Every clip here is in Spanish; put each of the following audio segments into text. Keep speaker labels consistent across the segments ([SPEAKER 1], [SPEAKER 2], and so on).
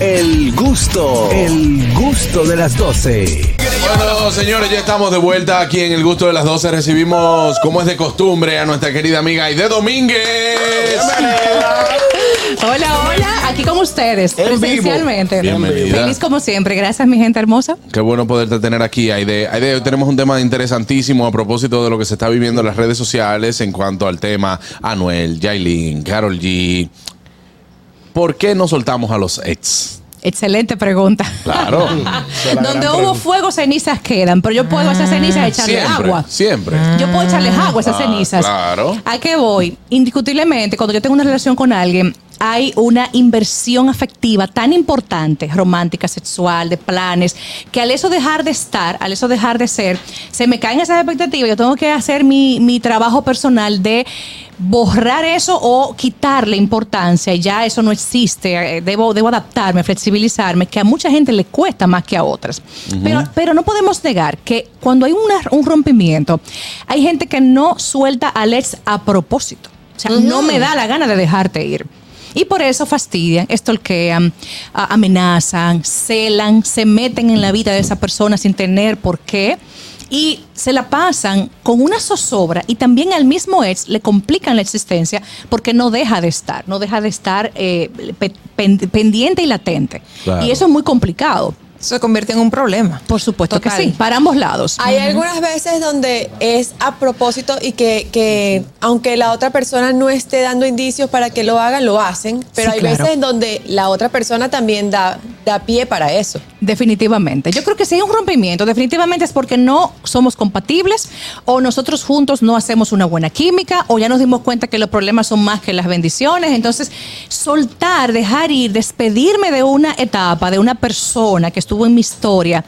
[SPEAKER 1] El gusto, el gusto de las 12.
[SPEAKER 2] Bueno, señores, ya estamos de vuelta aquí en El Gusto de las 12. Recibimos, como es de costumbre, a nuestra querida amiga Aide Domínguez.
[SPEAKER 3] Hola, hola, aquí con ustedes,
[SPEAKER 4] En vivo.
[SPEAKER 3] presencialmente.
[SPEAKER 2] Bienvenida.
[SPEAKER 3] Feliz como siempre, gracias mi gente hermosa.
[SPEAKER 2] Qué bueno poderte tener aquí, Aide. Aide, hoy tenemos un tema interesantísimo a propósito de lo que se está viviendo en las redes sociales en cuanto al tema Anuel, Yailin, Carol G. ¿Por qué no soltamos a los ex?
[SPEAKER 3] Excelente pregunta.
[SPEAKER 2] Claro.
[SPEAKER 4] la gran
[SPEAKER 3] Donde hubo
[SPEAKER 4] pregunta.
[SPEAKER 3] fuego, cenizas quedan, pero yo puedo a esas cenizas echarle
[SPEAKER 2] siempre,
[SPEAKER 3] agua.
[SPEAKER 2] siempre.
[SPEAKER 3] Yo puedo echarles agua a esas
[SPEAKER 2] Ah,
[SPEAKER 3] cenizas.
[SPEAKER 2] claro.
[SPEAKER 3] ¿A qué voy? Indiscutiblemente, cuando yo tengo una relación con alguien, hay una inversión afectiva tan importante, romántica, sexual, de planes, que al eso dejar de estar, al eso dejar de ser, se me caen esas expectativas. Yo tengo que hacer mi, mi trabajo personal de borrar eso o quitarle importancia. Ya eso no existe. Eh, Debo, debo adaptarme, flexibilizarme, que a mucha gente le cuesta más que a otras. pero, pero no podemos negar que cuando hay una- un rompimiento, hay gente que no suelta al ex a propósito. O sea, no me da la gana de dejarte ir. Y por eso fastidian, estolquean, a- amenazan, celan, se meten en la vida de esa persona sin tener por qué. Y se la pasan con una zozobra y también al mismo ex le complican la existencia porque no deja de estar, no deja de estar eh, pe- pen- pendiente y latente.
[SPEAKER 2] Claro.
[SPEAKER 3] Y eso es muy complicado.
[SPEAKER 5] se convierte en un problema.
[SPEAKER 6] Pues,
[SPEAKER 3] Por supuesto
[SPEAKER 5] Total.
[SPEAKER 3] que sí, para ambos lados.
[SPEAKER 6] Hay algunas veces donde es a propósito y que, que aunque la otra persona no esté dando indicios para que lo hagan, lo hacen. Pero
[SPEAKER 3] Sí,
[SPEAKER 6] hay
[SPEAKER 3] claro.
[SPEAKER 6] veces donde la otra persona también da, da pie para eso.
[SPEAKER 3] Definitivamente. Yo creo que si hay un rompimiento, definitivamente es porque no somos compatibles o nosotros juntos no hacemos una buena química o ya nos dimos cuenta que los problemas son más que las bendiciones. Entonces, soltar, dejar ir, despedirme de una etapa, de una persona que estuvo en mi historia.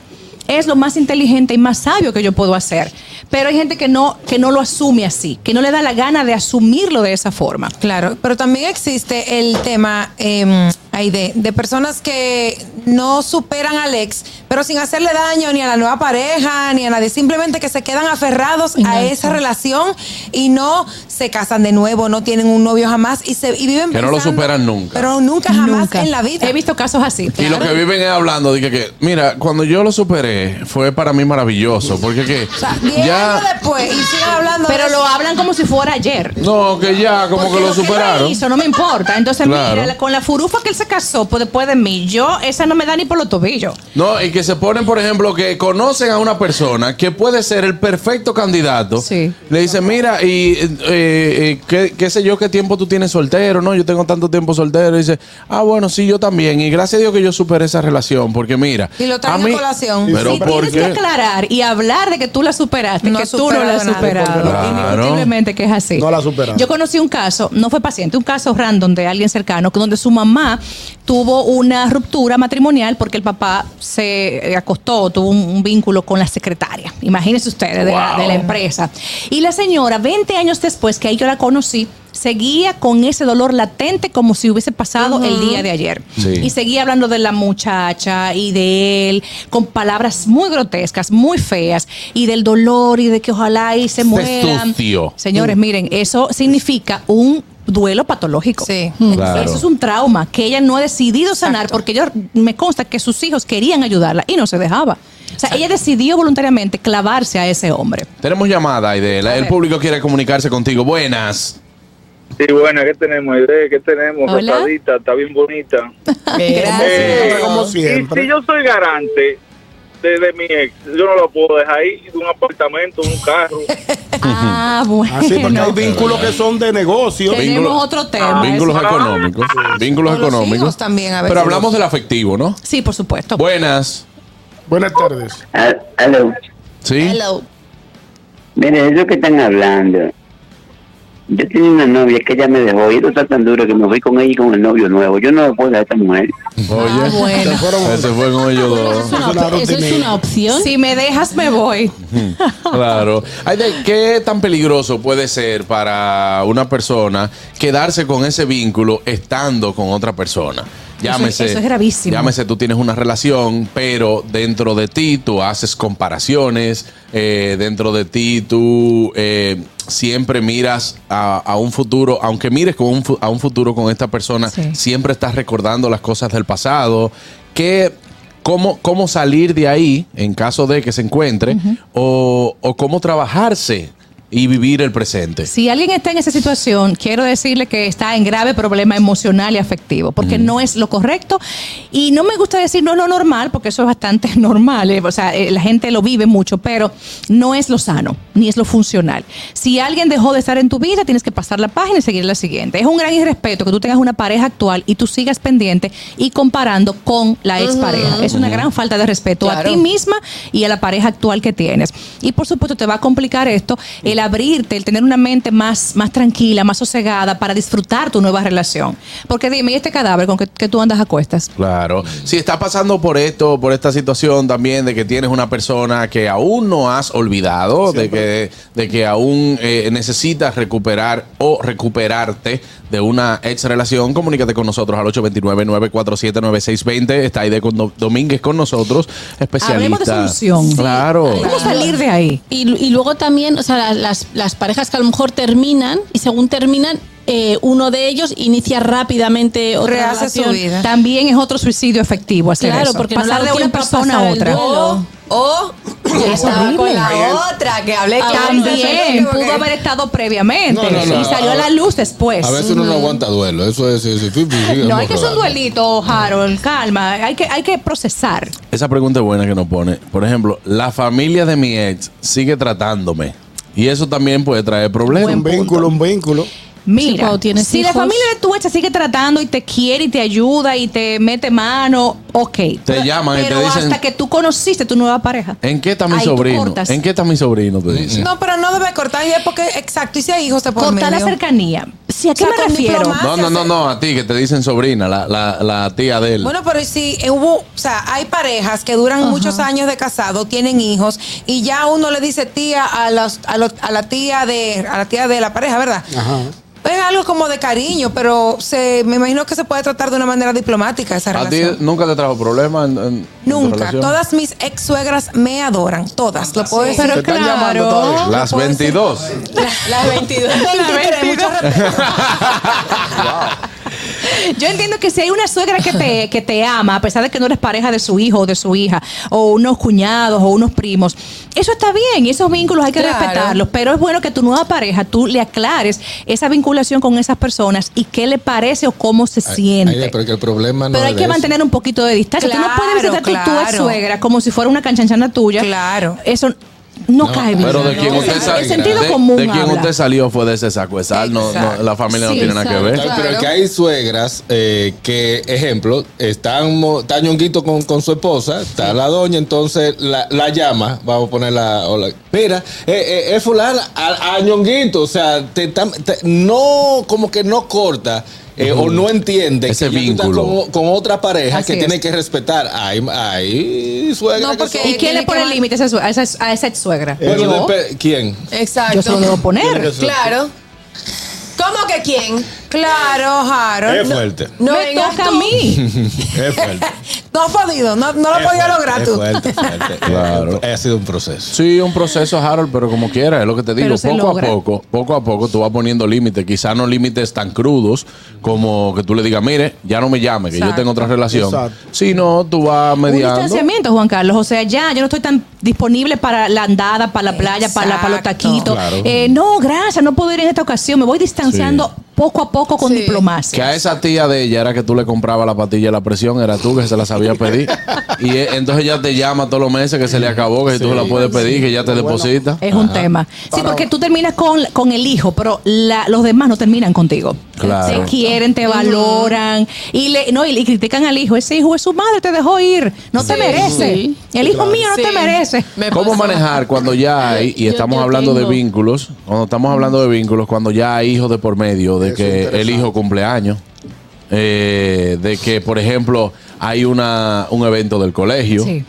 [SPEAKER 3] Es lo más inteligente y más sabio que yo puedo hacer. Pero hay gente que no, que no lo asume así, que no le da la gana de asumirlo de esa forma.
[SPEAKER 5] Claro, pero también existe el tema eh, Aide, de personas que no superan al ex, pero sin hacerle daño ni a la nueva pareja, ni a nadie, simplemente que se quedan aferrados a esa relación y no se casan de nuevo, no tienen un novio jamás y, se, y viven
[SPEAKER 2] Que no lo
[SPEAKER 5] pensando,
[SPEAKER 2] superan nunca.
[SPEAKER 5] Pero nunca jamás en la vida.
[SPEAKER 3] He visto casos así.
[SPEAKER 2] Y lo que viven es hablando, dije que, mira, cuando yo lo superé, fue para mí maravilloso, porque que
[SPEAKER 5] O sea, 10
[SPEAKER 2] ya,
[SPEAKER 5] años después y siguen hablando de
[SPEAKER 3] Pero
[SPEAKER 5] eso.
[SPEAKER 3] lo hablan como si fuera ayer.
[SPEAKER 2] no, que ya, como que
[SPEAKER 3] Porque
[SPEAKER 2] lo
[SPEAKER 3] él
[SPEAKER 2] superaron.
[SPEAKER 3] hizo, no me importa. Entonces,
[SPEAKER 2] Claro.
[SPEAKER 3] mira, la- con la furufa que él se casó pues, después de mí, yo, esa no me da ni por los tobillos.
[SPEAKER 2] No, y que se ponen, por ejemplo, que conocen a una persona que puede ser el perfecto candidato.
[SPEAKER 3] Sí.
[SPEAKER 2] Le dicen, mira, y eh, eh, qué, qué sé yo, qué tiempo tú tienes soltero, ¿no? Yo tengo tanto tiempo soltero. Y dice, ah, bueno, sí, yo también. Y gracias a Dios que yo superé esa relación, porque mira.
[SPEAKER 5] Y lo traen
[SPEAKER 2] a
[SPEAKER 5] a colación.
[SPEAKER 2] Pero
[SPEAKER 3] si
[SPEAKER 2] ¿por
[SPEAKER 3] tienes que
[SPEAKER 2] qué?
[SPEAKER 3] aclarar y hablar de que tú la superaste,
[SPEAKER 5] No
[SPEAKER 3] que tú no
[SPEAKER 5] superado
[SPEAKER 3] la has
[SPEAKER 5] nada.
[SPEAKER 3] superado.
[SPEAKER 2] Claro.
[SPEAKER 3] Indiscutiblemente que es así.
[SPEAKER 4] No la superaste.
[SPEAKER 3] Yo conocí un caso, no fue paciente, un caso random de alguien cercano, que donde su mamá tuvo una ruptura matrimonial porque el papá se eh, acostó, tuvo un, un vínculo con la secretaria. Imagínense ustedes, de, la, de la empresa. Y la señora, 20 años después, que ahí yo la conocí, seguía con ese dolor latente como si hubiese pasado el día de ayer.
[SPEAKER 2] Sí.
[SPEAKER 3] Y seguía hablando de la muchacha y de él con palabras muy grotescas, muy feas y del dolor y de que ojalá y se mueran.
[SPEAKER 2] sucio. Mm.
[SPEAKER 3] Señores, miren, eso significa un duelo patológico.
[SPEAKER 5] Sí.
[SPEAKER 2] Claro.
[SPEAKER 3] Eso es un trauma que ella no ha decidido sanar porque yo me consta que sus hijos querían ayudarla y no se dejaba. O sea, ella decidió voluntariamente clavarse a ese hombre.
[SPEAKER 2] Tenemos llamada, Aide. La- El público quiere comunicarse contigo. Buenas.
[SPEAKER 7] Sí, bueno, ¿qué tenemos? Aide? ¿Qué tenemos?
[SPEAKER 3] Hola.
[SPEAKER 7] Rosadita, está bien bonita.
[SPEAKER 5] Ah,
[SPEAKER 7] Eh,
[SPEAKER 4] Siempre, como
[SPEAKER 7] y
[SPEAKER 4] siempre.
[SPEAKER 7] si yo soy garante de, de mi ex, yo no lo puedo dejar ahí, de un apartamento, de un carro.
[SPEAKER 3] Ah, bueno.
[SPEAKER 4] Así, porque hay vínculos que son de negocio.
[SPEAKER 3] Tenemos
[SPEAKER 2] Vínculo-
[SPEAKER 3] otro tema.
[SPEAKER 2] Ah, Vínculos
[SPEAKER 7] eso.
[SPEAKER 2] económicos. Vínculos
[SPEAKER 5] Con los
[SPEAKER 2] económicos.
[SPEAKER 5] hijos también, a veces.
[SPEAKER 2] Pero hablamos del afectivo, ¿no?
[SPEAKER 3] Sí, por supuesto.
[SPEAKER 2] Buenas.
[SPEAKER 4] Buenas tardes.
[SPEAKER 8] Ah, Aló,
[SPEAKER 2] Sí.
[SPEAKER 8] mire, eso que están hablando. Yo tenía una novia que ella me dejó y está tan duro que me fui con ella y con el novio nuevo. Yo no puedo dejar a esta mujer.
[SPEAKER 2] Oye.
[SPEAKER 3] Ah, bueno.
[SPEAKER 4] Se fueron
[SPEAKER 2] Ese fue con ellos dos.
[SPEAKER 4] Eso es una
[SPEAKER 9] Eso es
[SPEAKER 4] rutina.
[SPEAKER 9] una opción.
[SPEAKER 3] Si me dejas, me voy.
[SPEAKER 2] Claro. Aide, ¿Qué tan peligroso puede ser para una persona quedarse con ese vínculo estando con otra persona? Llámese.
[SPEAKER 3] eso es gravísimo.
[SPEAKER 2] Llámese, tú tienes una relación, pero dentro de ti tú haces comparaciones, eh, dentro de ti tú eh, siempre miras a, a un futuro, aunque mires con un fu- a un futuro con esta persona,
[SPEAKER 3] Sí.
[SPEAKER 2] siempre estás recordando las cosas del pasado. ¿Qué, cómo, ¿Cómo salir de ahí en caso de que se encuentre? o, o cómo trabajarse y vivir el presente?
[SPEAKER 3] Si alguien está en esa situación, quiero decirle que está en grave problema emocional y afectivo, porque no es lo correcto. Y no me gusta decir no es lo normal, porque eso es bastante normal. eh, O sea, eh, la gente lo vive mucho, pero no es lo sano, ni es lo funcional. Si alguien dejó de estar en tu vida, tienes que pasar la página y seguir la siguiente. Es un gran irrespeto que tú tengas una pareja actual y tú sigas pendiente y comparando con la expareja. Es una gran falta de respeto a
[SPEAKER 6] Claro.
[SPEAKER 3] ti mismo misma y a la pareja actual que tienes. Y por supuesto te va a complicar esto, el abrirte, el tener una mente más, más tranquila, más sosegada para disfrutar tu nueva relación. Porque dime, ¿y este cadáver con que, que tú andas a cuestas?
[SPEAKER 2] Claro. Si estás pasando por esto, por esta situación también de que tienes una persona que aún no has olvidado, de que, de que aún eh, necesitas recuperar o recuperarte de una ex relación, comunícate con nosotros al 829-947-9620. Está Aide con Do- Domínguez con nosotros, especialista.
[SPEAKER 3] Hablemos de solución.
[SPEAKER 2] Claro.
[SPEAKER 3] ¿Cómo salir de ahí?
[SPEAKER 9] Y, y luego también, o sea, la- las, las parejas que a lo mejor terminan y según terminan, eh, uno de ellos inicia rápidamente otra
[SPEAKER 5] Rehace su
[SPEAKER 9] relación.
[SPEAKER 5] vida.
[SPEAKER 3] También es otro suicidio efectivo hacer
[SPEAKER 9] Claro,
[SPEAKER 3] eso.
[SPEAKER 9] porque no
[SPEAKER 3] pasar
[SPEAKER 9] le
[SPEAKER 3] de
[SPEAKER 9] da
[SPEAKER 3] una
[SPEAKER 9] tiempo a
[SPEAKER 3] persona a
[SPEAKER 9] pasar el
[SPEAKER 3] otra.
[SPEAKER 9] duelo.
[SPEAKER 6] O, o yo Ah, estaba
[SPEAKER 3] horrible.
[SPEAKER 6] con la otra que hablé
[SPEAKER 9] Ah,
[SPEAKER 6] claro.
[SPEAKER 3] También pudo haber estado previamente
[SPEAKER 10] No, no, no.
[SPEAKER 3] y salió a la luz después.
[SPEAKER 10] A veces uno no aguanta duelo. Eso es. es- es-
[SPEAKER 3] No hay que hacer
[SPEAKER 10] rodando.
[SPEAKER 3] un duelito, Harold, calma, hay que, hay que procesar.
[SPEAKER 2] Esa pregunta es buena que nos pone. Por ejemplo, la familia de mi ex sigue tratándome. Y eso también puede traer problemas.
[SPEAKER 4] Un vínculo, un vínculo.
[SPEAKER 9] Sí,
[SPEAKER 3] Mira,
[SPEAKER 9] cuando tienes
[SPEAKER 3] si la
[SPEAKER 9] hijos.
[SPEAKER 3] familia de tu ex te sigue tratando y te quiere y te ayuda y te mete mano, ok. Te
[SPEAKER 2] llaman y te
[SPEAKER 3] pero
[SPEAKER 2] dicen-
[SPEAKER 3] hasta que tú conociste tu nueva pareja.
[SPEAKER 2] ¿En qué está mi
[SPEAKER 3] Ahí tú
[SPEAKER 2] sobrino?
[SPEAKER 3] cortas.
[SPEAKER 2] ¿En qué está mi sobrino? Te dice.
[SPEAKER 5] No, pero no debe cortar ya porque, exacto, y si hay hijos te ponen
[SPEAKER 3] Cortar la cercanía. Sí, ¿a qué
[SPEAKER 5] O sea,
[SPEAKER 3] me
[SPEAKER 5] con
[SPEAKER 3] refiero?
[SPEAKER 5] diplomacia.
[SPEAKER 2] No, no, no, no, a ti que te dicen sobrina, la, la, la tía de él.
[SPEAKER 5] Bueno, pero si eh, hubo, o sea, hay parejas que duran muchos años de casado, tienen hijos y ya uno le dice tía a, los- a, los- a la tía de a la tía de la pareja, ¿verdad?
[SPEAKER 4] Ajá.
[SPEAKER 5] Es algo como de cariño, pero se, me imagino que se puede tratar de una manera diplomática esa
[SPEAKER 2] a ti
[SPEAKER 5] relación.
[SPEAKER 2] nunca te trajo problemas en, en- en tu
[SPEAKER 5] Nunca.
[SPEAKER 2] relación?
[SPEAKER 5] Todas mis ex suegras me adoran, todas. Lo puedo decir.
[SPEAKER 4] Te están llamando todavía.
[SPEAKER 2] Las 22.
[SPEAKER 6] Las 22.
[SPEAKER 3] Yo entiendo que si hay una suegra que te, que te ama, a pesar de que no eres pareja de su hijo o de su hija, o unos cuñados o unos primos, eso está bien y esos vínculos hay que
[SPEAKER 6] Claro.
[SPEAKER 3] respetarlos, pero es bueno que tu nueva pareja tú le aclares esa vinculación con esas personas y qué le parece o cómo se siente.
[SPEAKER 10] Ay, pero que el problema no
[SPEAKER 3] Pero
[SPEAKER 10] es
[SPEAKER 3] hay
[SPEAKER 10] de
[SPEAKER 3] que
[SPEAKER 10] eso.
[SPEAKER 3] mantener un poquito de distancia. tú no
[SPEAKER 5] Claro,
[SPEAKER 3] puedes visitar tu- tu, ex
[SPEAKER 5] claro.
[SPEAKER 3] suegra como si fuera una canchanchana tuya.
[SPEAKER 5] Claro.
[SPEAKER 10] Eh,
[SPEAKER 3] Eso no,
[SPEAKER 10] No,
[SPEAKER 3] cae bien.
[SPEAKER 2] Pero de quien
[SPEAKER 10] no,
[SPEAKER 2] usted
[SPEAKER 10] no,
[SPEAKER 2] salió.
[SPEAKER 3] El sentido
[SPEAKER 2] de,
[SPEAKER 3] común.
[SPEAKER 2] de quien
[SPEAKER 3] habla.
[SPEAKER 2] usted salió fue de ese saco de sal. No, no, la familia
[SPEAKER 9] Sí,
[SPEAKER 2] no tiene nada que
[SPEAKER 9] exacto.
[SPEAKER 2] ver.
[SPEAKER 10] Claro, pero
[SPEAKER 9] Claro.
[SPEAKER 10] que hay suegras eh, que, ejemplo, están, mo- está ñonguito con, con su esposa, está la doña, entonces la, la llama, vamos a poner la. o la- Mira, eh, eh, es fulana, a, a ñonguito, o sea, te, tam- te- no, como que no corta. eh, O no entiende
[SPEAKER 2] Ese
[SPEAKER 10] que ya tú estás
[SPEAKER 2] vínculo.
[SPEAKER 10] Con, con otra pareja
[SPEAKER 3] Así
[SPEAKER 10] que
[SPEAKER 3] es.
[SPEAKER 10] tiene que respetar. Hay, hay suegras
[SPEAKER 5] No,
[SPEAKER 10] que
[SPEAKER 5] porque-
[SPEAKER 10] son-
[SPEAKER 3] ¿Y quién
[SPEAKER 5] Tiene
[SPEAKER 3] le
[SPEAKER 5] que
[SPEAKER 3] pone
[SPEAKER 5] man-
[SPEAKER 3] límite a esa sue- a esa, a esa ex suegra?
[SPEAKER 10] Bueno,
[SPEAKER 3] yo.
[SPEAKER 10] depe- ¿Quién?
[SPEAKER 6] Exacto.
[SPEAKER 3] Yo se lo debo poner.
[SPEAKER 6] Claro. ¿Cómo que quién?
[SPEAKER 5] Claro,
[SPEAKER 10] Es
[SPEAKER 5] Harold.
[SPEAKER 10] fuerte.
[SPEAKER 6] No
[SPEAKER 3] me
[SPEAKER 6] vengas
[SPEAKER 3] toca a
[SPEAKER 6] tú.
[SPEAKER 3] mí.
[SPEAKER 10] Es fuerte.
[SPEAKER 5] No has podido, no, no lo has podido lograr tú.
[SPEAKER 10] Claro. Ha sido un proceso.
[SPEAKER 2] Sí, un proceso, Harold, pero como quiera, es lo que te digo.
[SPEAKER 3] Pero se
[SPEAKER 2] Poco
[SPEAKER 3] logra.
[SPEAKER 2] a poco, poco a poco tú vas poniendo límites. Quizás no límites tan crudos como que tú le digas, mire, ya no me llame, que yo
[SPEAKER 3] Exacto.
[SPEAKER 2] tengo otra relación.
[SPEAKER 4] Exacto.
[SPEAKER 2] Si no, tú vas
[SPEAKER 3] Un
[SPEAKER 2] mediando.
[SPEAKER 3] distanciamiento, Juan Carlos. O sea, ya, yo no estoy tan disponible para la andada, para la playa, para, la- para los
[SPEAKER 5] Exacto.
[SPEAKER 3] taquitos.
[SPEAKER 10] Claro.
[SPEAKER 3] Eh, no, gracias, no puedo ir en esta ocasión. Me voy distanciando poco a poco con
[SPEAKER 6] Sí.
[SPEAKER 2] Que
[SPEAKER 3] diplomacia.
[SPEAKER 2] a esa tía de ella era que tú le comprabas la patilla de la presión, era tú que se la sabía pedir. y eh, entonces ella te llama todos los meses que se le acabó, que si tú la puedes pedir, que ya te deposita.
[SPEAKER 3] Es un tema. Sí, porque tú terminas con, con el hijo, pero la- los demás no terminan contigo.
[SPEAKER 2] Claro.
[SPEAKER 3] Te quieren, te valoran y le no y le critican al hijo. Ese hijo es su madre, te dejó ir. No te merece.
[SPEAKER 9] Sí.
[SPEAKER 3] El hijo mío no
[SPEAKER 6] Sí.
[SPEAKER 3] te merece.
[SPEAKER 6] Me
[SPEAKER 2] ¿Cómo
[SPEAKER 6] pasó.
[SPEAKER 2] manejar cuando ya hay, y
[SPEAKER 9] Yo-
[SPEAKER 2] estamos
[SPEAKER 9] yo
[SPEAKER 2] hablando de
[SPEAKER 9] tengo.
[SPEAKER 2] vínculos, cuando estamos hablando de vínculos, cuando ya hay hijos de por medio,
[SPEAKER 4] Eso
[SPEAKER 2] de
[SPEAKER 4] es
[SPEAKER 2] que el
[SPEAKER 4] interesante.
[SPEAKER 2] hijo cumpleaños, eh, de que, por ejemplo, hay una, un evento del colegio,
[SPEAKER 3] Sí.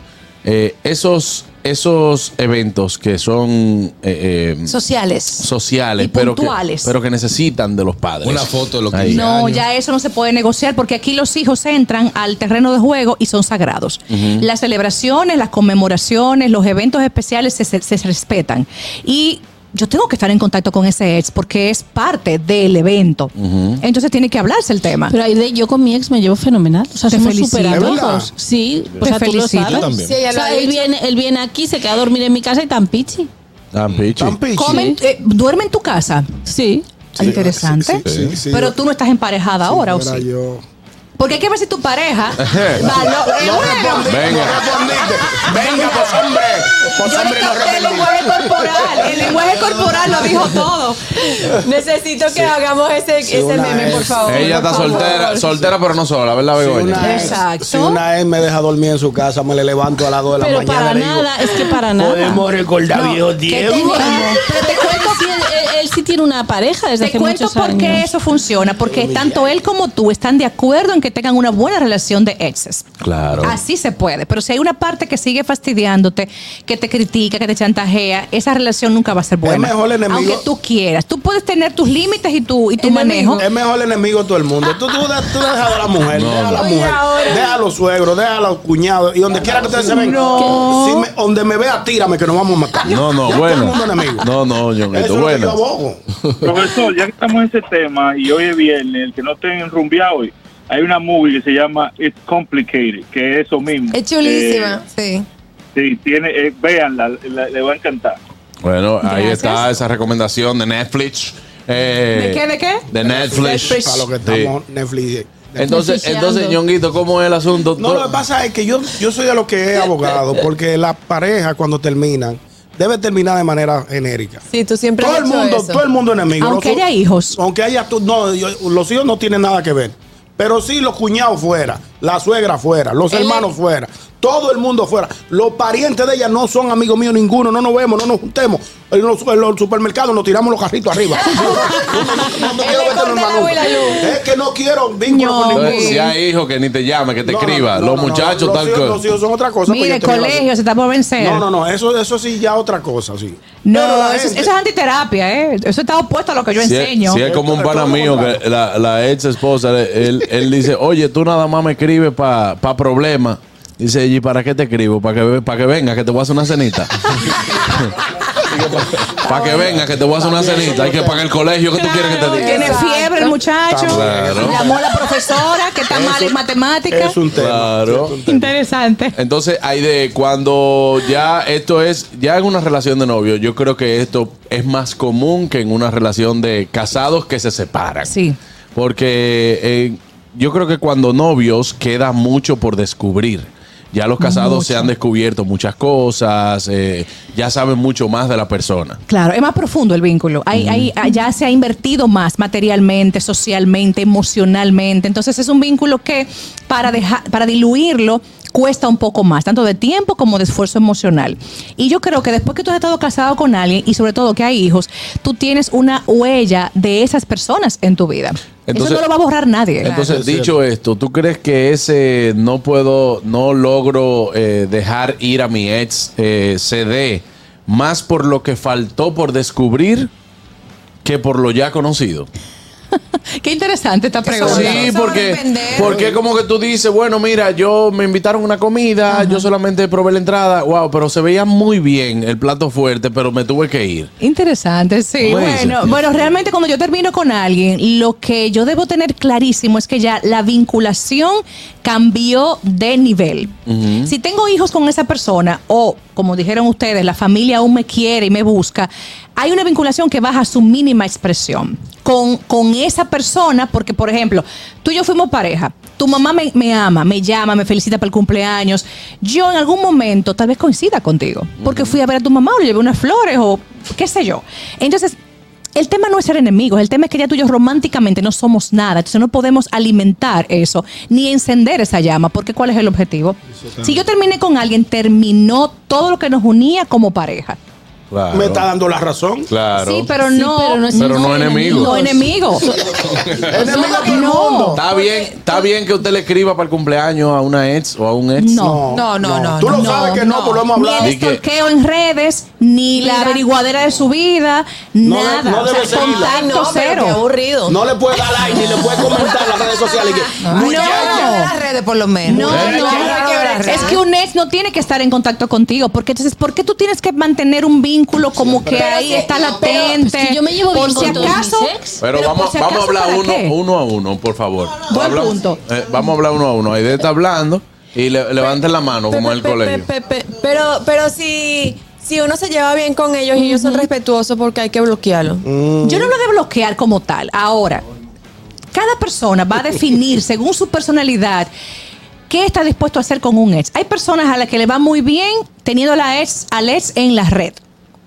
[SPEAKER 2] Eh, esos, esos eventos que son eh, eh,
[SPEAKER 3] Sociales.
[SPEAKER 2] sociales,
[SPEAKER 3] Y
[SPEAKER 2] pero que,
[SPEAKER 3] puntuales.
[SPEAKER 2] pero que necesitan de los padres.
[SPEAKER 10] Una foto de los
[SPEAKER 2] Ahí.
[SPEAKER 10] 15
[SPEAKER 3] No,
[SPEAKER 10] años.
[SPEAKER 3] ya eso no se puede negociar porque aquí los hijos entran al terreno de juego y son sagrados. Las celebraciones, las conmemoraciones, los eventos especiales se, se- se respetan. Y yo tengo que estar en contacto con ese ex porque es parte del evento. Entonces tiene que hablarse el tema.
[SPEAKER 9] Pero Aide, yo con mi ex me llevo fenomenal. O sea,
[SPEAKER 3] Te
[SPEAKER 9] somos
[SPEAKER 3] felicito.
[SPEAKER 9] súper
[SPEAKER 3] ¿De verdad?
[SPEAKER 9] amigos. Sí,
[SPEAKER 3] Te
[SPEAKER 9] o sea, tú lo
[SPEAKER 3] felicito.
[SPEAKER 9] sabes.
[SPEAKER 3] Yo también. Sí, ella
[SPEAKER 9] O sea,
[SPEAKER 3] lo ha dicho.
[SPEAKER 9] él, viene, él viene aquí, se queda a dormir en mi casa y tan pichi.
[SPEAKER 2] Tan pichi.
[SPEAKER 3] Comen- eh, ¿Duerme en tu casa?
[SPEAKER 9] Sí.
[SPEAKER 3] Ah, Interesante.
[SPEAKER 2] sí, sí, sí,
[SPEAKER 3] Pero
[SPEAKER 2] yo-
[SPEAKER 3] tú no estás emparejada ahora, ¿o
[SPEAKER 4] Era
[SPEAKER 3] sí?
[SPEAKER 4] yo.
[SPEAKER 3] Porque hay que ver si tu pareja... Valo- eh, bueno.
[SPEAKER 2] Venga.
[SPEAKER 4] Venga, pues hombre.
[SPEAKER 3] Yo le capté el lenguaje corporal. El lenguaje corporal lo dijo todo.
[SPEAKER 6] Necesito que hagamos ese, ese meme, por favor.
[SPEAKER 2] Ella está
[SPEAKER 6] por favor.
[SPEAKER 2] soltera, soltera pero no sola, ¿verdad, Begoña?
[SPEAKER 4] Una ex- Si una ex me deja dormir en su casa, me le levanto a las 2 de la
[SPEAKER 9] Pero
[SPEAKER 4] mañana.
[SPEAKER 9] para
[SPEAKER 4] le digo,
[SPEAKER 9] nada, es que para nada.
[SPEAKER 4] Podemos recordar
[SPEAKER 9] No,
[SPEAKER 4] viejos
[SPEAKER 9] ¿qué
[SPEAKER 4] tiempos.
[SPEAKER 9] tenemos? Pero te cuento que él, él- él sí tiene una pareja desde
[SPEAKER 3] Te
[SPEAKER 9] hace
[SPEAKER 3] cuento
[SPEAKER 9] muchos
[SPEAKER 3] por qué
[SPEAKER 9] años.
[SPEAKER 3] eso funciona. Porque tanto él como tú están de acuerdo en que tengan una buena relación de exes.
[SPEAKER 2] Claro.
[SPEAKER 3] Así se puede. Pero si hay una parte que sigue fastidiándote, que te critica, que te chantajea, esa relación nunca va a ser buena.
[SPEAKER 4] mejor enemigo-
[SPEAKER 3] Aunque tú quieras. Tú puedes tener tus límites y tu, y tu manejo.
[SPEAKER 4] Es mejor el enemigo de todo el mundo. Tú, tú, de- tú dejas a la mujer, deja a la
[SPEAKER 3] Oye,
[SPEAKER 4] mujer,
[SPEAKER 3] ahora.
[SPEAKER 4] deja a los suegros, deja a los cuñados. Y donde quiera que ustedes se ven,
[SPEAKER 3] No.
[SPEAKER 4] si me- donde me vea, tírame que nos vamos a matar.
[SPEAKER 2] No, no,
[SPEAKER 4] Ya
[SPEAKER 2] bueno.
[SPEAKER 4] Todo el mundo enemigo.
[SPEAKER 2] No, no,
[SPEAKER 4] Eso es
[SPEAKER 2] ñonguito,
[SPEAKER 4] lo que yo
[SPEAKER 2] bueno.
[SPEAKER 4] abogo.
[SPEAKER 7] Profesor, ya que estamos en ese tema y hoy es viernes, el que no esté en rumbia hoy, hay una movie que se llama It's Complicated, que es eso mismo.
[SPEAKER 5] Es chulísima,
[SPEAKER 7] Eh,
[SPEAKER 5] sí.
[SPEAKER 7] sí, tiene, eh, véanla, la- le va a encantar.
[SPEAKER 2] Bueno, ahí
[SPEAKER 7] Gracias.
[SPEAKER 2] está esa recomendación de Netflix. Eh,
[SPEAKER 3] ¿De qué, de qué?
[SPEAKER 2] De Netflix.
[SPEAKER 3] Pues
[SPEAKER 4] Para lo que estamos Netflix.
[SPEAKER 2] Entonces, entonces, ñonguito, ¿cómo es el asunto?
[SPEAKER 4] No, lo que pasa es que yo, yo soy de los que es abogado, porque las parejas cuando terminan, debe terminar de manera genérica.
[SPEAKER 6] Sí, tú siempre
[SPEAKER 4] Todo
[SPEAKER 6] has
[SPEAKER 4] el
[SPEAKER 6] hecho
[SPEAKER 4] mundo,
[SPEAKER 6] eso.
[SPEAKER 4] todo el mundo enemigo.
[SPEAKER 3] Aunque
[SPEAKER 4] Los-
[SPEAKER 3] haya hijos.
[SPEAKER 4] Aunque haya tú, no, yo- los hijos no tienen nada que ver. Pero sí los cuñados fuera, la suegra fuera, los
[SPEAKER 3] Eh.
[SPEAKER 6] El-
[SPEAKER 4] hermanos fuera, todo el mundo fuera. Los parientes de ella no son amigos míos ninguno, no nos vemos, no nos juntemos. En los, en los supermercados nos tiramos los carritos arriba. No me quiero
[SPEAKER 6] Él le
[SPEAKER 4] meter en
[SPEAKER 6] corta el agua y la
[SPEAKER 4] maluco.
[SPEAKER 6] luz.
[SPEAKER 4] Es que no quiero vínculo con ninguno.
[SPEAKER 3] eh.
[SPEAKER 2] Entonces, si hay hijos que ni te llame, que te escriba, los muchachos,
[SPEAKER 4] los
[SPEAKER 2] tal
[SPEAKER 4] hijos-
[SPEAKER 2] cosa.
[SPEAKER 4] Los hijos son otra cosa. pues
[SPEAKER 3] Mire,
[SPEAKER 4] yo te digo así.
[SPEAKER 3] colegio, se está por vencer.
[SPEAKER 4] No, no, no, eso, eso sí ya otra cosa, sí.
[SPEAKER 3] No,
[SPEAKER 4] Pero la
[SPEAKER 3] eso,
[SPEAKER 4] gente-
[SPEAKER 3] eso es antiterapia, ¿eh? Eso está opuesto a lo que yo
[SPEAKER 2] si
[SPEAKER 3] enseño.
[SPEAKER 2] Es, si es como un pana mío que la, la ex esposa, le- él, él dice, oye, tú nada más me escribes para pa problemas. Dice, ¿y para qué te escribo? Para que, para que venga, que te voy a hacer una cenita. para que venga, que te voy a hacer una cenita. Hay que pagar el colegio que tú quieres que te diga.
[SPEAKER 3] Tiene fiebre el muchacho.
[SPEAKER 2] Claro.
[SPEAKER 3] Le amó la profesora que está mal en matemáticas.
[SPEAKER 2] Claro.
[SPEAKER 3] Interesante.
[SPEAKER 2] Entonces, hay de cuando ya esto es, ya en una relación de novio, yo creo que esto es más común que en una relación de casados que se separan.
[SPEAKER 3] Sí.
[SPEAKER 2] Porque eh, yo creo que cuando novios queda mucho por descubrir. Ya los casados se han descubierto muchas cosas, eh, ya saben mucho más de la persona.
[SPEAKER 3] Claro, es más profundo el vínculo. Hay, hay- ah, ya se ha invertido más materialmente, socialmente, emocionalmente. Entonces es un vínculo que para, deja- para diluirlo cuesta un poco más, tanto de tiempo como de esfuerzo emocional. Y yo creo que después que tú has estado casado con alguien y sobre todo que hay hijos, tú tienes una huella de esas personas en tu vida.
[SPEAKER 2] Entonces-
[SPEAKER 3] Eso no lo va a borrar nadie.
[SPEAKER 2] Entonces, dicho esto, ¿tú crees que ese no puedo, no logro eh, dejar ir a mi ex eh, se dé más por lo que faltó por descubrir que por lo ya conocido?
[SPEAKER 3] Qué interesante esta pregunta.
[SPEAKER 2] Sí, porque, porque como que tú dices, bueno, mira, yo me invitaron a una comida, yo solamente probé la entrada, wow, pero se veía muy bien el plato fuerte, pero me tuve que ir.
[SPEAKER 3] Interesante, sí.
[SPEAKER 2] ¿Cómo dice?
[SPEAKER 3] Bueno, bueno, realmente cuando yo termino con alguien, lo que yo debo tener clarísimo es que ya la vinculación cambió de nivel. Si tengo hijos con esa persona o, como dijeron ustedes, la familia aún me quiere y me busca, hay una vinculación que baja a su mínima expresión con, con esa persona, porque, por ejemplo, tú y yo fuimos pareja, tu mamá me, me ama, me llama, me felicita para el cumpleaños, yo en algún momento tal vez coincida contigo, porque fui a ver a tu mamá o le llevé unas flores o qué sé yo. Entonces, el tema no es ser enemigos, el tema es que ya tú y yo románticamente no somos nada, entonces no podemos alimentar eso, ni encender esa llama, porque ¿cuál es el objetivo? Si yo terminé con alguien, terminó todo lo que nos unía como pareja.
[SPEAKER 4] Me está dando la razón.
[SPEAKER 2] Claro.
[SPEAKER 3] Sí, pero no,
[SPEAKER 2] Pero no enemigos.
[SPEAKER 3] No enemigos.
[SPEAKER 4] Enemigo todo el
[SPEAKER 3] No.
[SPEAKER 4] mundo.
[SPEAKER 2] Está bien, está bien que usted le escriba para el cumpleaños a una ex o a un ex.
[SPEAKER 3] No.
[SPEAKER 5] No, no, no.
[SPEAKER 4] Tú lo
[SPEAKER 5] no.
[SPEAKER 4] sabes que no, pues lo hemos
[SPEAKER 3] Ni
[SPEAKER 4] hablado.
[SPEAKER 3] el
[SPEAKER 2] Y que-
[SPEAKER 3] estorqueo en redes, ni la
[SPEAKER 5] Mira.
[SPEAKER 3] averiguadera de su vida,
[SPEAKER 4] No de-
[SPEAKER 3] nada.
[SPEAKER 4] no
[SPEAKER 3] O sea,
[SPEAKER 4] debe seguirla.
[SPEAKER 3] contacto
[SPEAKER 5] Ay, Ah, no, pero qué
[SPEAKER 3] cero.
[SPEAKER 5] aburrido.
[SPEAKER 4] No le puedes dar like ni le puedes comentar en las redes sociales. y que,
[SPEAKER 5] Ay, ya, ya, ya, las redes por lo menos.
[SPEAKER 3] No, no,
[SPEAKER 5] Ya, ya, ya, ya, agarrar.
[SPEAKER 3] Es que un ex no tiene que estar en contacto contigo, porque entonces, ¿por qué tú tienes que mantener un vínculo como que
[SPEAKER 9] Pero
[SPEAKER 3] ahí
[SPEAKER 9] sí,
[SPEAKER 3] está
[SPEAKER 9] no, pero,
[SPEAKER 3] latente?
[SPEAKER 9] pues, que yo me llevo
[SPEAKER 3] por
[SPEAKER 9] bien
[SPEAKER 3] si
[SPEAKER 9] con todos mis
[SPEAKER 3] acaso,
[SPEAKER 9] ex.
[SPEAKER 2] Pero,
[SPEAKER 3] por
[SPEAKER 2] vamos,
[SPEAKER 3] si
[SPEAKER 2] vamos a
[SPEAKER 3] acaso,
[SPEAKER 2] hablar
[SPEAKER 3] ¿para
[SPEAKER 2] uno,
[SPEAKER 3] qué?
[SPEAKER 2] uno a uno, por favor.
[SPEAKER 3] Buen
[SPEAKER 2] Hablamos-
[SPEAKER 3] punto.
[SPEAKER 2] eh, vamos a hablar uno a uno. Aide está hablando y le- levanten la mano como en el
[SPEAKER 6] Pe- pe-
[SPEAKER 2] colegio.
[SPEAKER 6] pe- pe- Pero, pero si, si uno se lleva bien con ellos y ellos son respetuosos, porque hay que bloquearlo.
[SPEAKER 3] Yo no hablo de bloquear como tal. Ahora, cada persona va a definir según su personalidad qué está dispuesto a hacer con un ex. Hay personas a las que le va muy bien teniendo a la ex, al ex en la red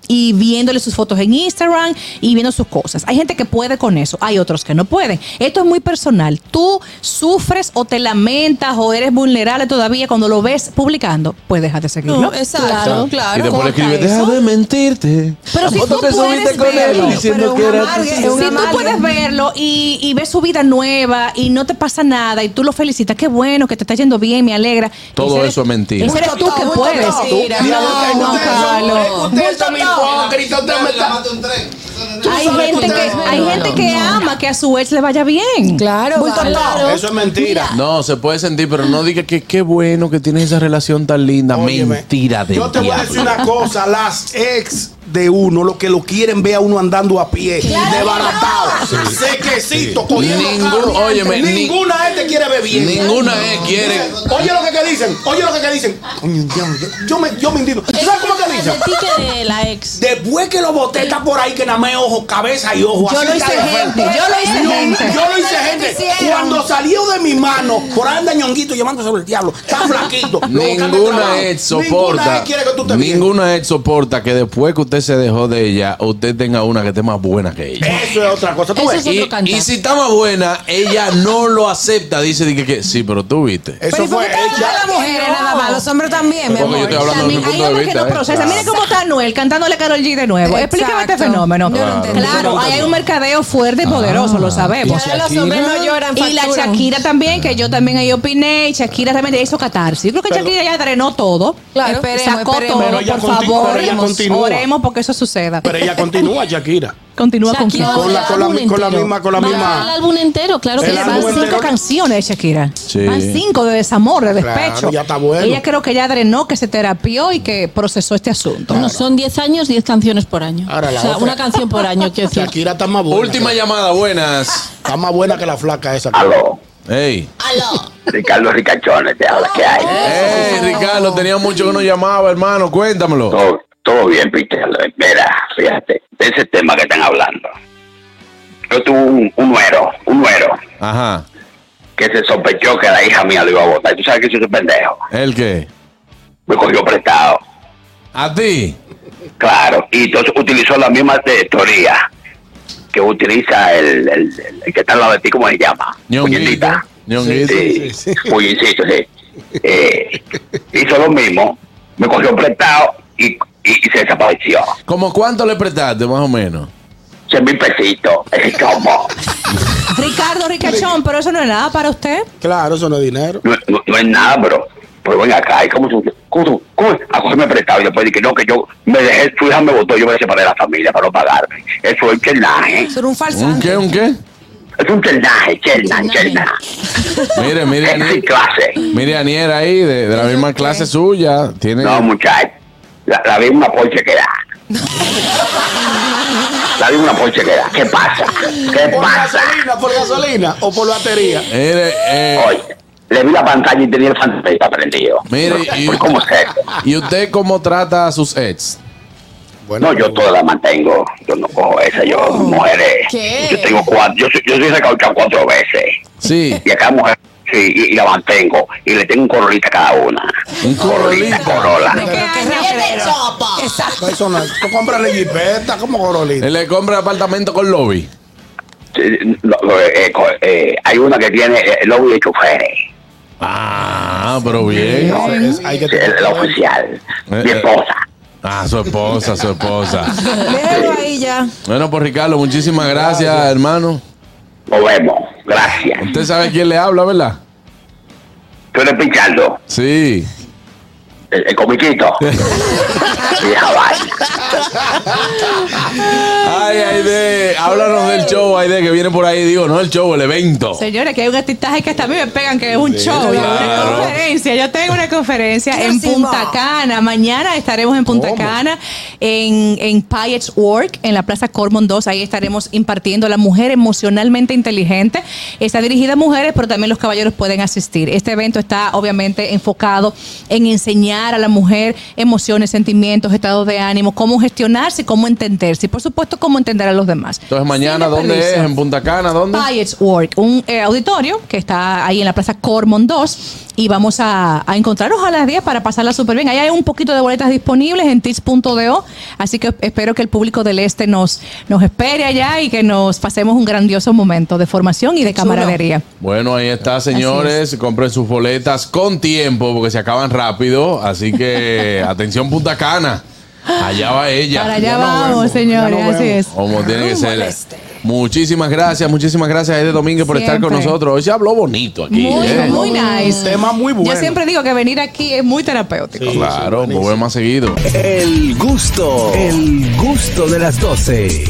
[SPEAKER 3] y viéndole sus fotos en Instagram y viendo sus cosas. Hay gente que puede con eso, hay otros que no pueden. Esto es muy personal. Tú sufres o te lamentas o eres vulnerable todavía cuando lo ves publicando, pues deja de seguirlo.
[SPEAKER 6] No, exacto, claro.
[SPEAKER 2] y después le escribe, deja de mentirte.
[SPEAKER 3] Pero si
[SPEAKER 2] Foto
[SPEAKER 3] tú puedes verlo,
[SPEAKER 5] pero un amargue,
[SPEAKER 2] tu-
[SPEAKER 5] es un
[SPEAKER 3] si tú
[SPEAKER 5] amargue.
[SPEAKER 3] puedes verlo y, y ves su vida nueva y no te pasa nada y tú lo felicitas, qué bueno, que te está yendo bien, me alegra.
[SPEAKER 2] Todo
[SPEAKER 3] Ese eres-
[SPEAKER 2] eso es mentira.
[SPEAKER 3] Ese eres tú que
[SPEAKER 5] Mucho
[SPEAKER 3] puedes.
[SPEAKER 5] top, mucho top.
[SPEAKER 4] Diablo,
[SPEAKER 3] no,
[SPEAKER 4] ustedes son-
[SPEAKER 3] Carlos.
[SPEAKER 4] Ustedes son hipócritas. ustedes me están- Tú
[SPEAKER 3] Hay
[SPEAKER 4] sabes
[SPEAKER 3] gente
[SPEAKER 4] que
[SPEAKER 3] que,
[SPEAKER 4] ustedes-
[SPEAKER 3] hay gente que ama que a su ex le vaya bien.
[SPEAKER 5] Claro, vale.
[SPEAKER 4] Eso es mentira.
[SPEAKER 2] No, se puede sentir, pero no diga que qué bueno que tienes esa relación tan linda.
[SPEAKER 4] Óyeme,
[SPEAKER 2] Mentira de
[SPEAKER 4] Yo te voy a decir una cosa, las ex de uno, lo que lo quieren ver a uno andando a pie, desbaratado, sequecito, cogiendo
[SPEAKER 2] Ningún-
[SPEAKER 4] carro.
[SPEAKER 2] óyeme, ni-
[SPEAKER 4] ninguna ex te quiere ver bien.
[SPEAKER 2] Ninguna ex quiere.
[SPEAKER 4] Oye lo que, que dicen, oye lo que, que dicen. Coño, yo, yo me, yo me indigno. ¿Tú ¿Sabes cómo que dicen?
[SPEAKER 9] De ti que de la ex.
[SPEAKER 4] Después que lo boté, está por ahí que nada más es ojo, cabeza y ojo.
[SPEAKER 5] Yo
[SPEAKER 4] así
[SPEAKER 5] lo
[SPEAKER 4] está
[SPEAKER 5] hice
[SPEAKER 4] de frente.
[SPEAKER 5] gente, yo lo hice gente.
[SPEAKER 4] Yo lo hice
[SPEAKER 5] Eso es lo que
[SPEAKER 4] gente.
[SPEAKER 5] hicieron.
[SPEAKER 4] Cuando salió de mi mano, por ahí anda ñonguito llamándose sobre el diablo. Está flaquito. lo buscaste trabajo.
[SPEAKER 2] Ninguna ex
[SPEAKER 4] Ninguna
[SPEAKER 2] soporta.
[SPEAKER 4] ex quiere que tú te bien.
[SPEAKER 2] Ninguna ex soporta que después que usted se dejó de ella, usted tenga una que esté más buena que ella.
[SPEAKER 4] Eso es otra cosa. ¿Tú
[SPEAKER 9] Eso
[SPEAKER 4] ves?
[SPEAKER 9] es otro
[SPEAKER 2] Y,
[SPEAKER 9] cantar.
[SPEAKER 2] y si está más buena, ella no lo acepta. Dice di que, que sí, pero tú viste.
[SPEAKER 5] Pero
[SPEAKER 4] Eso
[SPEAKER 5] ¿y por
[SPEAKER 4] fue
[SPEAKER 5] qué te hablan
[SPEAKER 4] ella.
[SPEAKER 5] de las mujeres nada más? Los hombres también, mi
[SPEAKER 2] Porque yo
[SPEAKER 5] amor.
[SPEAKER 2] estoy hablando de mi
[SPEAKER 3] También hay
[SPEAKER 2] punto de
[SPEAKER 3] hombres que
[SPEAKER 2] vista.
[SPEAKER 3] no
[SPEAKER 2] ¿eh?
[SPEAKER 3] procesan. Mira cómo está Anuel cantándole a Carol G de nuevo.
[SPEAKER 5] Exacto.
[SPEAKER 3] Explícame este fenómeno.
[SPEAKER 5] Yo lo entendí.
[SPEAKER 3] Claro, ahí hay un mercadeo fuerte y poderoso,
[SPEAKER 2] Ah.
[SPEAKER 3] lo sabemos.
[SPEAKER 6] Ahora los hombres no lloran,
[SPEAKER 3] Y la
[SPEAKER 6] facturan.
[SPEAKER 3] Shakira también, que yo también ahí opiné, y Shakira realmente hizo catarsis. Yo creo que Shakira ya drenó todo.
[SPEAKER 5] Claro.
[SPEAKER 3] Esperemos, sacó
[SPEAKER 5] esperemos.
[SPEAKER 3] todo,
[SPEAKER 4] Pero ella
[SPEAKER 3] por
[SPEAKER 4] conti-
[SPEAKER 3] favor.
[SPEAKER 4] pero ella continúa.
[SPEAKER 3] Oremos porque eso suceda.
[SPEAKER 4] Pero ella continúa, Shakira.
[SPEAKER 3] Continúa con quién.
[SPEAKER 9] Shakira va a
[SPEAKER 4] Con la-
[SPEAKER 9] grabar
[SPEAKER 4] con la-
[SPEAKER 9] el álbum
[SPEAKER 4] con la
[SPEAKER 9] entero.
[SPEAKER 4] misma- con la
[SPEAKER 9] Va a
[SPEAKER 4] misma.
[SPEAKER 9] grabar El álbum entero, claro que
[SPEAKER 4] El
[SPEAKER 9] sí.
[SPEAKER 3] Van
[SPEAKER 4] álbum
[SPEAKER 9] Va a ser-
[SPEAKER 3] cinco
[SPEAKER 4] entero.
[SPEAKER 3] canciones de Shakira.
[SPEAKER 2] Sí.
[SPEAKER 3] Van cinco de desamor, de
[SPEAKER 4] Claro,
[SPEAKER 3] despecho.
[SPEAKER 4] ya está bueno.
[SPEAKER 3] Ella creo que ya drenó, que se terapió y que procesó este asunto.
[SPEAKER 9] No, son 10 años, 10 canciones por año.
[SPEAKER 4] Ahora la
[SPEAKER 9] o sea,
[SPEAKER 4] otra.
[SPEAKER 9] una canción por año, quiero decir.
[SPEAKER 4] Shakira está más buena.
[SPEAKER 2] Última
[SPEAKER 4] que-
[SPEAKER 2] llamada, buenas.
[SPEAKER 4] Está más buena que la flaca esa.
[SPEAKER 8] Aló,
[SPEAKER 2] Ey.
[SPEAKER 8] Ricardo Ricachones, te habla, ¿qué hay?
[SPEAKER 2] Ey, Ricardo, tenía mucho que no llamaba, hermano. Cuéntamelo.
[SPEAKER 8] Todo, todo bien, Peter. Mira, fíjate, de ese tema que están hablando. Yo tuve un, un nuero, un nuero,
[SPEAKER 2] Ajá.
[SPEAKER 8] que se sospechó que la hija mía lo iba a votar. ¿Tú sabes que soy un pendejo?
[SPEAKER 2] ¿El qué?
[SPEAKER 8] Me cogió prestado,
[SPEAKER 2] ¿A ti?
[SPEAKER 8] claro. Y entonces utilizó la misma te- teoría que utiliza el, el- el- el que está al lado de ti, ¿cómo se llama?
[SPEAKER 2] Ñonguito.
[SPEAKER 8] Puñetita.
[SPEAKER 2] Ñonguito.
[SPEAKER 8] Sí, Puñecito, sí. Eh, hizo lo mismo, me cogió prestado y, y- y se desapareció.
[SPEAKER 2] ¿Cómo cuánto le prestaste, más o menos?
[SPEAKER 8] Cien mil pesitos. Eh, ¿Cómo?
[SPEAKER 3] Ricardo Ricachón, pero eso no es nada para usted.
[SPEAKER 4] Claro, eso no es dinero.
[SPEAKER 8] no, no- no es nada, bro. Pero ven acá, ¿y cómo tú, cómo tú, cómo a cogerme prestado? Y después dije, no, que yo me dejé, su hija me votó, yo me separé de la familia para no pagarme. Eso es chernaje.
[SPEAKER 5] Eso era un
[SPEAKER 2] ¿Un qué?
[SPEAKER 5] falsante.
[SPEAKER 2] ¿Un qué?
[SPEAKER 8] Es un chernaje, cherna, cherna.
[SPEAKER 2] Mire, mire,
[SPEAKER 8] Es sin
[SPEAKER 2] Anier.
[SPEAKER 8] clase.
[SPEAKER 2] Mire, Anier ahí, de, de la misma clase suya. Tiene.
[SPEAKER 8] No, muchachos. La, la misma Porsche que da. La misma Porsche que da. ¿Qué pasa? ¿Qué
[SPEAKER 4] Por
[SPEAKER 8] pasa?
[SPEAKER 4] gasolina, por gasolina o por batería.
[SPEAKER 2] Mire, eh,
[SPEAKER 8] Oye, le vi la pantalla y tenía el fantasma prendido. Pues,
[SPEAKER 2] Mire, y-
[SPEAKER 8] ¿Cómo es eso?
[SPEAKER 2] ¿y usted cómo trata a sus ex?
[SPEAKER 8] No, yo todas las mantengo. Yo no cojo esa, yo mujeres.
[SPEAKER 6] ¿Qué?
[SPEAKER 8] Yo tengo cuatro, yo, soy- yo soy recauchado cuatro veces.
[SPEAKER 2] Sí.
[SPEAKER 8] Y acá mujer, sí, y, y la mantengo. Y le tengo un corolita a cada una.
[SPEAKER 2] Un corolita.
[SPEAKER 5] Pero
[SPEAKER 8] corola.
[SPEAKER 5] qué rastrero. Exacto.
[SPEAKER 4] Eso no es. Tú cómprale jipeta como Corolita.
[SPEAKER 2] Él le compra apartamento con lobby.
[SPEAKER 8] Sí, no, no, eh, co- eh, hay una que tiene eh, el lobby de choferes.
[SPEAKER 2] Ah, pero bien.
[SPEAKER 8] ¿no?
[SPEAKER 4] Ese es- hay que
[SPEAKER 8] Sí, el, el oficial.
[SPEAKER 2] Eh,
[SPEAKER 8] Mi
[SPEAKER 2] eh.
[SPEAKER 8] esposa.
[SPEAKER 2] Ah, su esposa, su esposa.
[SPEAKER 5] Déjalo ahí ya.
[SPEAKER 2] Bueno, pues Ricardo, muchísimas gracias, hermano.
[SPEAKER 8] Nos vemos. Gracias.
[SPEAKER 2] Usted sabe quién le habla, ¿verdad?
[SPEAKER 8] Tú eres Pichardo.
[SPEAKER 2] Sí.
[SPEAKER 8] el, el comiquito. Vieja vaina.
[SPEAKER 2] Ay, Aide, háblanos del show, Aide, que viene por ahí. Digo, no el show, el evento.
[SPEAKER 3] Señores, que hay un artistaje que hasta a mí me pegan, que es un
[SPEAKER 2] Sí,
[SPEAKER 3] show,
[SPEAKER 2] claro.
[SPEAKER 3] una conferencia. Yo tengo una conferencia en
[SPEAKER 5] Próximo.
[SPEAKER 3] Punta Cana. Mañana estaremos en Punta Cana, en, en Piatt's Work, en la Plaza Cormon 2. Ahí estaremos impartiendo la mujer emocionalmente inteligente. Está dirigida a mujeres, pero también los caballeros pueden asistir. Este evento está obviamente enfocado en enseñar a la mujer emociones, sentimientos, estados de ánimo, cómo gestionarse, y cómo entenderse y por supuesto cómo entender a los demás.
[SPEAKER 2] Entonces, mañana,
[SPEAKER 3] Sin
[SPEAKER 2] ¿dónde es?
[SPEAKER 3] desperdicio.
[SPEAKER 2] ¿En Punta Cana? ¿Dónde?
[SPEAKER 3] Piatt's Work, un eh, auditorio que está ahí en la Plaza Cormon 2 y vamos a, a encontrarnos a las 10 para pasarla súper bien. Ahí hay un poquito de boletas disponibles en tips.do, así que espero que el público del Este nos, nos espere allá y que nos pasemos un grandioso momento de formación y de
[SPEAKER 5] chulo.
[SPEAKER 3] camaradería.
[SPEAKER 2] Bueno, ahí está, señores. Compren sus boletas con tiempo porque se acaban rápido. Así que, atención, Punta Cana. Allá va ella.
[SPEAKER 3] para allá vamos, señores,
[SPEAKER 4] ya nos
[SPEAKER 3] así es.
[SPEAKER 2] Como tiene que ser. Muchísimas gracias, muchísimas gracias, Aide Domínguez, por estar con
[SPEAKER 3] Siempre.
[SPEAKER 2] nosotros. Hoy se habló bonito aquí.
[SPEAKER 3] Muy,
[SPEAKER 2] ¿eh?
[SPEAKER 3] muy nice.
[SPEAKER 4] Tema muy bueno.
[SPEAKER 3] Yo siempre digo que venir aquí es muy terapéutico.
[SPEAKER 2] Claro, pues bueno, más seguido.
[SPEAKER 1] El gusto, el gusto de las 12.